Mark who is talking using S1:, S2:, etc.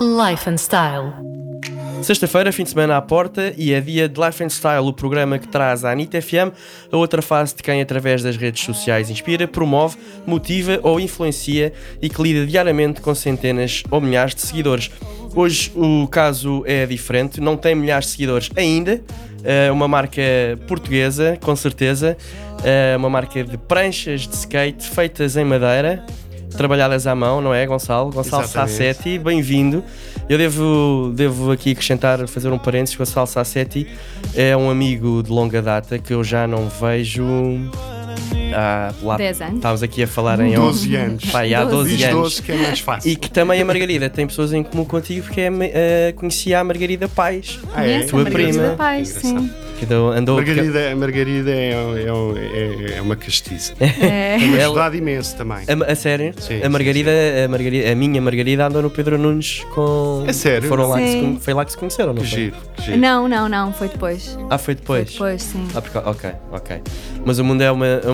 S1: Life and Style.
S2: Sexta-feira, fim de semana à porta e é dia de Life and Style, o programa que traz à Anitta FM a outra face de quem, através das redes sociais, inspira, promove, motiva ou influencia e que lida diariamente com centenas ou milhares de seguidores. Hoje o caso é diferente, não tem milhares de seguidores ainda, é uma marca portuguesa, com certeza, é uma marca de pranchas de skate feitas em madeira, trabalhadas à mão, não é, Gonçalo? Gonçalo
S3: Exatamente.
S2: Sassetti. Sassetti, bem-vindo. Eu devo, devo aqui acrescentar, fazer um parênteses: o Assal Sassetti é um amigo de longa data que eu já não vejo. Há lá,
S4: 10 anos.
S2: Estávamos aqui a falar em
S3: 12 anos.
S2: Pai, um há 12,
S3: Diz
S2: anos.
S3: 12 que é mais fácil.
S2: E que também a Margarida tem pessoas em comum contigo, porque é, eh, conhecia a Margarida Paz,
S3: Ah, é?
S4: Conhece a
S2: Tua
S4: Margarida
S2: prima.
S4: Paz, sim.
S2: que deu- andou.
S3: Margarida, a Margarida é, é- é- é uma castiça.
S4: É.
S3: Tem
S2: Ela-
S3: ajudado imenso também.
S2: A, a sério?
S3: Sim,
S2: a,
S3: sim,
S2: Margarida, a Margarida, a minha Margarida andou no Pedro Nunes com.
S3: É sério?
S2: Foram lá que se
S4: Sim.
S2: conhe- foi lá que se conheceram, não
S3: Que
S2: foi?
S3: giro, que giro.
S4: Não, não, não, foi depois.
S2: Ah, foi
S4: Foi
S2: depois.
S4: depois, sim.
S2: Ah, porque, ok, ok. Mas o mundo é uma,